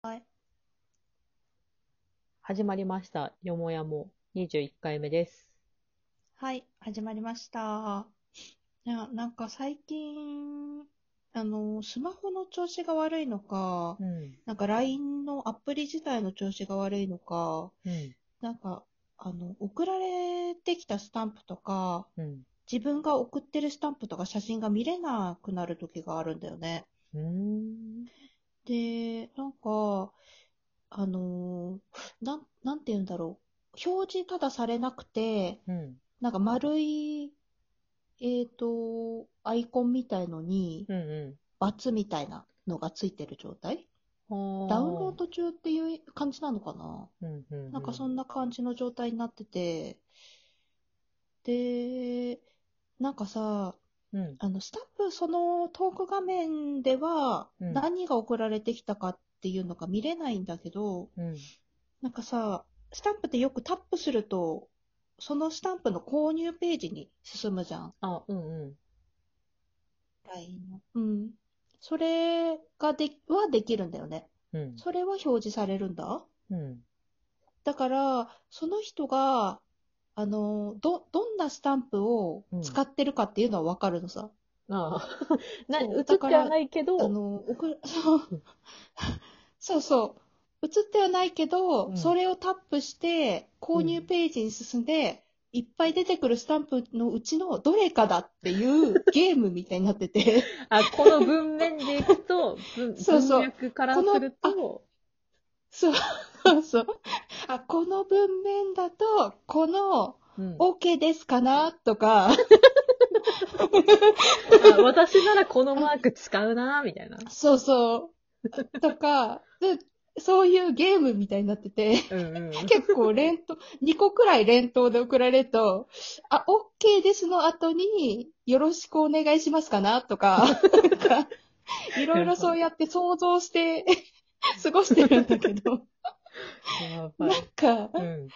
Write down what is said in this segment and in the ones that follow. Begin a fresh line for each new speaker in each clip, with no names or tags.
はい。
始まりました。よもやも21回目です。
はい、始まりました。いや、なんか最近、あの、スマホの調子が悪いのか、
うん。
なんか LINE のアプリ自体の調子が悪いのか、
うん。
なんか、あの、送られてきたスタンプとか、
うん。
自分が送ってるスタンプとか写真が見れなくなる時があるんだよね。
うーん。
で、なんか、あのーなん、なんて言うんだろう。表示ただされなくて、
うん。
なんか丸い、えっと、アイコンみたいのに、
うんう
バツみたいなのがついてる状態
ん。
ダウンロー
は
ド中っていう感じなのかな
あ。うんうん
なんか
う
そんな感じの状態になってて、で、なんか
ん。
さ、
うん
あの、スタッフ、そのトーク画面では
うん。
何が送られてきたかっていうのが見れないんだけど、
うん。
なんかさ、スタンプってよくタップすると、そのスタンプの購入ページに進むじゃん。
あ、うんうん。
LINE の。うん。それがで、はできるんだよね。
うん
それは表示されるんだ。
うん。
だから、その人が、あの、ど、どんなスタンプを
う
使
ん。
ってるかっていうのはわかるのさ。
ああ。な、映
そう。だ
っ
か
ては
ら、
ないけ
あ
ど、
の、送る、 そう、
うん。
そうそう。映ってはないけど、
う
そ
ん。
れをタップして、
う
購入
ん
ページに進んで、いっぱい出てくるスタンプのうちのどれかだっていうゲームみたいになってて。
あ、この文面でいくと、 文、
そう
文
そう。
脈から
こ
す
の、
る
あ、
と、
そう、そうそう。あ、この文面だと、この、
うん。
OK ですかなとか、
あ、私ならこの
あ、
マーク使うな、みたいな。
そうそう。とか、でそういうゲームみたいになってて、
うんうん。
結構連投、2個くらい連投で送られると、あ、OK ですの後に、よろしくお願いしますかなとか、なんか、い
な
ろい
る
ろ
ほ
そう
ど。
やって想像して過ごしてるんだけど、
やば。
ないんか、
うん。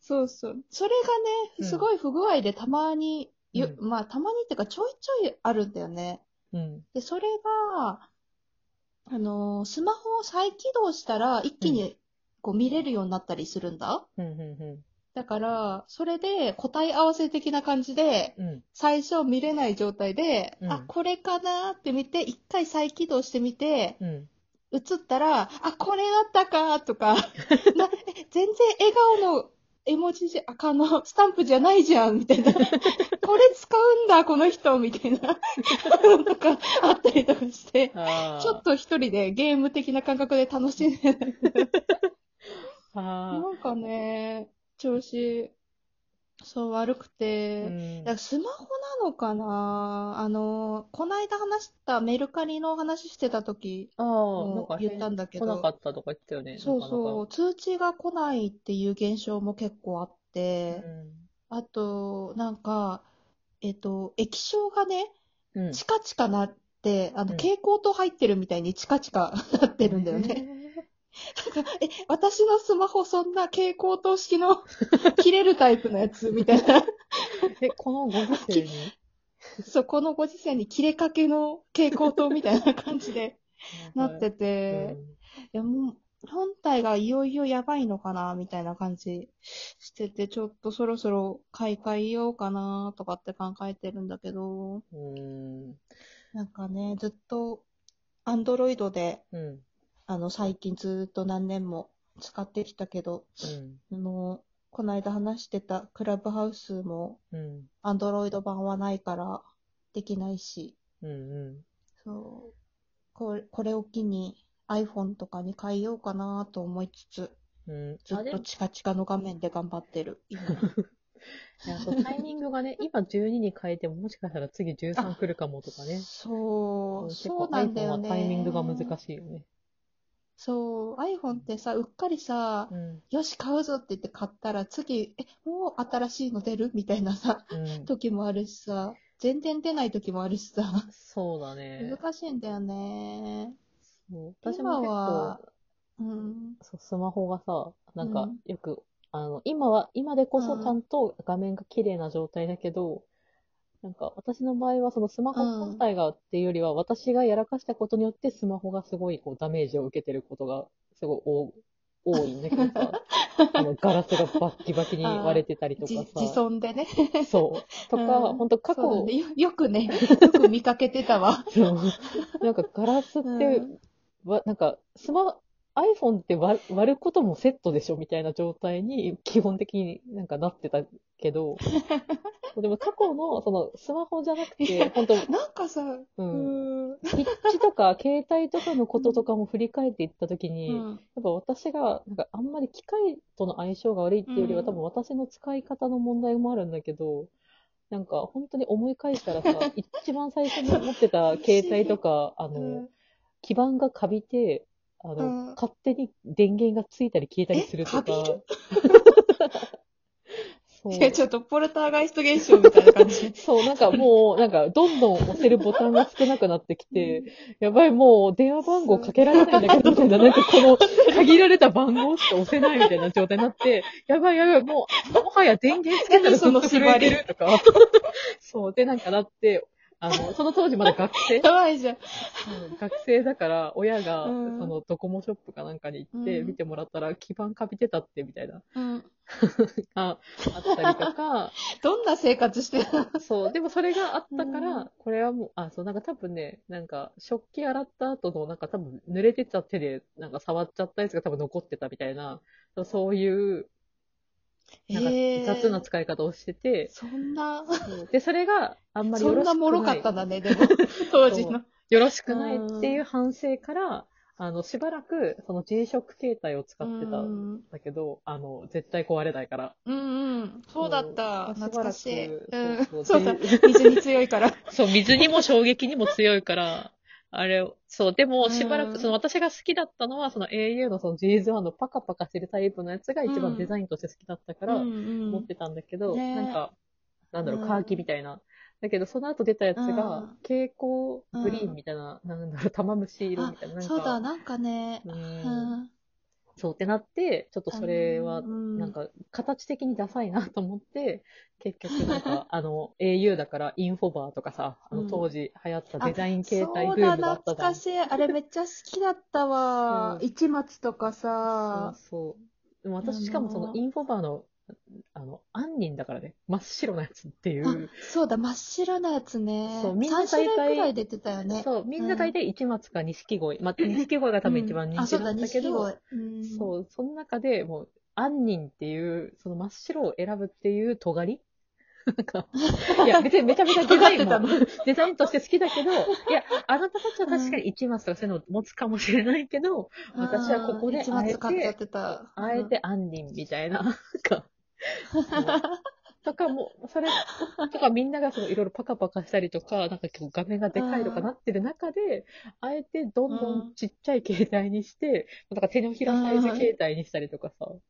そうそう。それがね、
う
す
ん。
ごい不具合でたまに、
う
よ、
ん。
まあたまにっていうかちょいちょいあるんだよね。
うん。
で、それが、あのースマホを再起動したら一
う
気
ん。
にこう見れるようになったりするんだ。
うん。う
だから、それで答え合わせ的な感じで、
ん。うん。
最初見れない状態で、
う
あ、
ん。
これかなって見て、一回再起動してみて、
うん。
映ったら、あ、これだったかとか、な、え全然笑顔の絵文字じゃ、あ、かの、スタンプじゃないじゃん、みたいな。これ使うんだ、この人、みたいな。とか、あったりとかして、ちょっ
あ
と一人でゲーム的な感覚で楽しんでたけど、
あ、あ
なんかね、調子、そう悪
あ、
く
う
て、だ
ん、
からスマホなのかなあの、こないだ話したメルカリの話してた時
ああ、なん
も
か
言っ
変、
たんだけ
来なか
ど、
ったとか言ってたよね、な
そう
かな
そ
か。
う、通知が来ないっていう現象も結構あっ
う
て、
ん、
あと、なんか、えっと、液晶がね、
うん、
チカチカなって、あの、
うん。
蛍光灯入ってるみたいにチカチカ なってるんだよね。
ええ
なんかえ、私のスマホそんな蛍光灯式の 切れるタイプのやつみたい な
え、このご時世
き
に
そう、このご時世に切れかけの蛍光灯みたいな感じで
や
なっ
ばい。
て
う
て、
ん、
いやもう、本体がいよいよやばいのかな、みたいな感じしてて、ちょっとそろそろ買い替えようかな、とかって考えてるんだけど、
うん、
なんかね、ずっと、アンドロイドで、
うん、
あの、最近ずっと何年も使ってきたけど、
うん、
あの、この間話してたクラブハウスも、
うん、
アンドロイド版はないから、できないし、
うん。
そう、これ、これを機に iPhone とかに変えようかなと思いつつ、
うん
ずっ
あ、で
と
も、
チカチカの画面で頑張ってる、今。
いや、そう、タイミングがね、今12に変えても、もしかしたら次13
あ、
来るかもとかね。そう、
そう、
結
そう
構
なんだ
iPhone
よ
はタイミングが難
ね。
しいよね。
そう、iPhone ってさ、うっかりさ、
うん、
よし、買うぞって言って買ったら、次、え、もう新しいの出るみたいなさ、
うん、
時もあるしさ、全然出ない時もあるしさ、
そうだね。
難しいんだよね。
そう、私も
今
結構、
は、うん、
そう、スマホがさ、な
うん
か
ん、
よく、あの、今は、今でこ
う
そちゃ
ん、
んと画面が綺麗な状態だけど、なんか私の場合はそのスマ
う
ホ本
ん。
体がっていうよりは私がやらかしたことによってスマホがすごいこうダメージを受けてることがすごい多多いんだけど さ、あのガラスがバッキバキに割れてたりとか
じ
さ、
自尊でね。
そう。とか、
うん
ほんと過去、
そうだねよよくね、よく見かけて たわ。
そうなんかガラスって、
うん
わなんかスマ iPhone って割割ることもセットでしょみたいな状態に基本的になんかなってたけど、 でも過去のそのスマホじゃなくて、本当、
なんかさ、
う、
うんん。
筆記とか携帯とかのこととかも振り返っていったときに、やっぱ私がなんかあんまり機械との相性が悪いっていうよりは、
うん
多分私の使い方の問題もあるんだけど、なんか本当に思い返したら さ、一番最初に持ってた携帯とか、あの、
うん
基板がカビて、あの、
うん
勝手に電源がついたり消えたりするとか。
えカ ビ
そう
いや、ちょっとポルターガイスト現象みたいな感じ。
そう、なんかもう、なんか、どんどん押せるボタンが少なくなってきて、やばい、もう、電話番号かけられないんだけど、みたいな、なんかこの、限られた番号しか押せないみたいな状態になって、やばい、やばい、もう、もはや電源つけたらずっと震えてるとか、そう、で、なんかなって、あの、その当時まだ学生
やばいじゃん。
うん学生だから、親が、
うん
そのドコモショップかなんかに行って、
うん
見てもらったら、基盤かびてたって、みたいな、
うん。
があったりとか、
どんな生活してたの
そう、でもそれがあったから、
うん
これはもう、あ、そう、なんか多分ね、なんか、食器洗った後の、なんか多分濡れてた手で、なんか触っちゃったやつが多分残ってたみたいな、そういう、なんか雑な使い方をして
えー
て、
そんな、
そうで、それがあんまり
そ
よ
ん
ろしくな。
ない脆かったんだね、でも、当時の。
よろしくないっていう反省から、あの、しばらく、その G-SHOCK 携帯を使ってた
うんん
だけど、あの、絶対壊れないから。
うんうん。そうだった。
そう
懐かしい。
しば
う
らくそ
ん。そううだ。水に強い から。
そう、水にも衝撃にも強いから、あれを、そう、でも、しばら
う
く、
ん
その私が好きだったのは、その au のその G-1 のパカパカしてるタイプのやつが一
う
番
ん
デザインとして好きだったか
う
ら、
ん
持ってたんだけど、
ね
なんか、なんだろ
う
う、
ん
カーキみたいな。だけど、その後出たやつ
う
が
ん、
蛍光グリーンみたいな、なんだろう、玉虫色みたいな。なんか
そうだ、なんかね。
う。
うんん。
そうってなって、ちょっとそれは、
な
なん、か、形的にダサいなと思 って、結局なんか、あの、au だからインフォバーとかさ、あ
う
の
ん
当時流行ったデザイン携帯
そ
ブ
う
ー
だ、
ムがあった
懐
じゃ
か
ん。
しい。あれめっちゃ好きだった
そ
わ。
う
市松とか
そう
さ。
そう。でも
あ
私
の
しかもそのインフォバーの、あの、杏仁だからね、真っ白なやつってい
あ
う。、
そうだ、真っ白なやつね。
そうみんな
3種類
大体
くらい出てたよね。
そう、みんな大体市松か錦鯉。まあ、錦鯉が多分一番人気だったけど、
うんあ、そうだ、錦鯉。
そう、その中でもう、杏仁っていう、その真っ白を選ぶっていう尖り なん か、いや、別にめちゃめちゃデザインも
尖、
デザインとして好きだ けど、いや、あなたたちは確かに市松とかそういうの持つかもしれないけど、
うん
私はここで
うん市松買っちゃってた。
あえて杏仁みたいな、なん か、とかも、それ、とかみんながそのいろいろパカパカしたりとか、なんか結構画面がでかいとかなってる中で、あえてどんどんちっちゃい携帯にして、なんか手のひらサイズ携帯にしたりとかさ、
うん。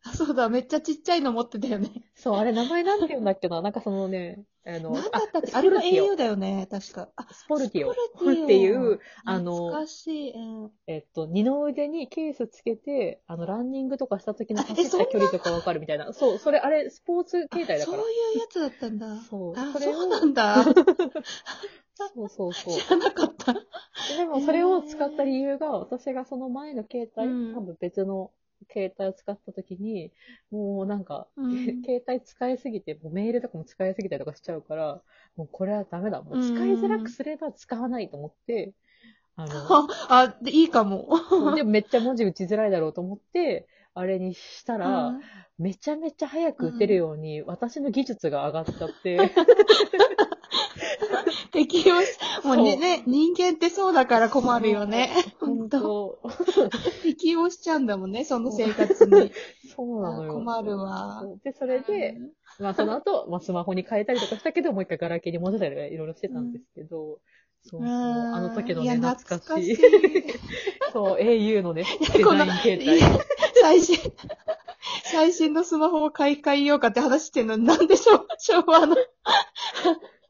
そうだ、めっちゃちっちゃいの持ってたよね。
そう、あれ名前なんて言うんだっけななんかそのね、あの、
なんだった
あ
っけあ
スポ
れ
ル
も
ティオ
au だよね、確か。あ、
スポルティオ
スポルティオ
っていう、あ
懐
の
か、しい。うん。
えっと、二の腕にケースつけて、あの、ランニングとかした時の
あえ
走った
そんな
距離とかわかるみたいな。そう、それ、あれ、スポーツ携帯だ
そう
か
い
ら。
うやつだったんだ。
そう
あ、
それを
そうなんだ。
そうそうそう。
知らなかった。
でも、それを使った理由が、私がその前の携帯、
うん
多分別の携帯を使った時に、もうなんか、
う ん
携帯使いすぎて、もうメールとかも使いすぎたりとかしちゃうから、もうこれはダメだ。もう使いづらくすれば使わないと思って、あの、
あ、あでいいかも。
そう でもめっちゃ文字打ちづらいだろうと思って、あれにしたら、
うん
めちゃめちゃ早く打てるように、私の技術が上がっちゃって、
適用し、もうね、
そう
ね人間ってそうだから困るよね。
本
本当。
当、
適用しちゃうんだもんね、その生活に。
そうなのよ。
困るわ
そう。で、それで、
うん
まあその後、まあスマホに変えたりとかしたけど、もう一回ガラケーに戻ったりとかいろいろしてたんですけど、そうそう。あの時のね、
いや
懐かしい。
懐かしい
そう、au のね、 デザイン携
い
帯。
や最新、最新のスマホを買い替えようかって話してんのに、なんで昭和昭和の、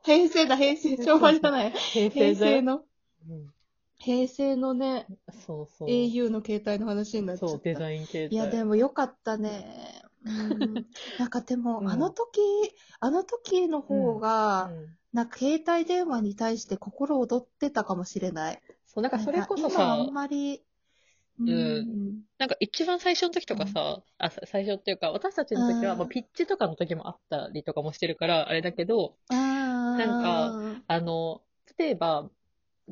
平成だ、平成、昭和じゃない。
平成
平
だよ
成の、
うん
平成のね、
そうそう。
au の携帯の話になっちゃった。
そう、デザイン携帯。
いや、でもよかったね。うん、なんかでも、
うん
あの時、あの時の方が、
うん
なんか携帯電話に対して心躍ってたかもしれない。
そう、なんかそれこそ
なんか今
さ
あん、まり、うん
なんか一番最初の時とかさ、あさ最初っていうか、私たちの時は、
うん
まあ、ピッチとかの時もあったりとかもしてるから、あれだけど、
ああ。
なんあの、例えば、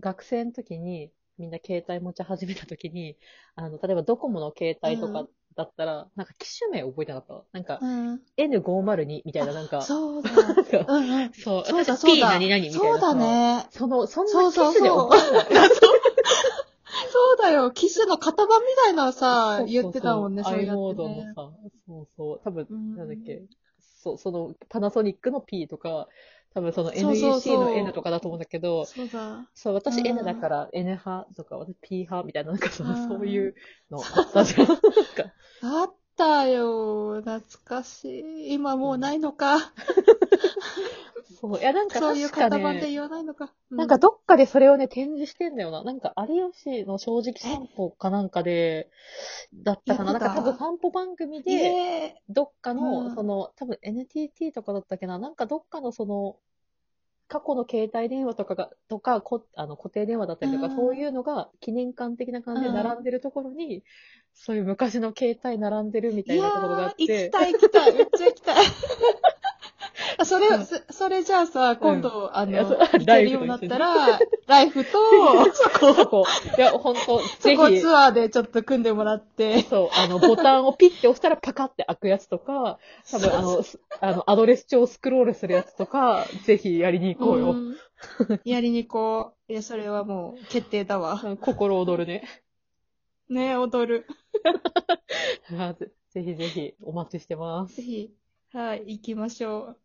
学生の時に、みんな携帯持ち始めた時に、あの、例えばドコモの携帯と
う
か
ん
だったら、なんか機種名覚えてなかったなんか、
うん。
N502 みたいな、なんか、
そうだ。
なんか
うんうん。
そう、
そう だ、
私
そう
P
だ。
何々みたいな
そうだ
さ。
ね。
その、そん
そ
な
う
機
そう
種で
そう
覚えない。
そうだよ。キスの型番みたいなの
そ
さ、
うそうそう
言ってたもんね、そう
i
や
モ
っ
ー
て
ドの
ね。
さ、そうそう、多分
うん
なんだっけ、そう、その、パナソニックの P とか、多分その
そうそう
NEC
そう
の N とかだと思うんだけど、そう
そうだ。う
私
ん
N だから N 派とか、私 P 派みたいな、なんかそ
うん
の、そういうのあったじゃん。なんか、
あったよ。懐かしい。今もうないのか。
そう、いやなんか
そういう
確か
型番で
ね、
言わないのか。う
なんか、どっかでそれをね、展示してんだよな。なんか、有吉の正直散歩かなんかで、だったかな。
や
な
っ
ん
てた
か多分散歩番組で、
え
どっかの、
うん
その、多分 NTT とかだったっけな、なんかどっかのその、過去の携帯電話とかが、とか、こあの固定電話だったりとか、
うん
そういうのが記念館的な感じで並んでるところに、そういう昔の携帯並んでるみ
ー、
た
い
い
や
なところがあ
ー
っ、
行
て
き、たい行きたい。めっちゃ行きたい。 あそれ、
うん
そそれじゃあさ、今度、あ
いや
の、
そう
行けるようになったら、ライフと、
そこ、そこ。いや、ほんと、
そ
ぜ
こ
ひ、
ツアーでちょっと組んでもらって。
そう、あの、ボタンをピッて押したらパカって開くやつとか、多分あの、すあの、アドレス帳をスクロールするやつとか、ぜひやりに行こうよ。
ん。やりにこう。いや、それはもう決定だわ。
心躍るね。
ね踊る。
あぜぜひぜひお待ちしてます。
ぜひ、はい、行きましょう。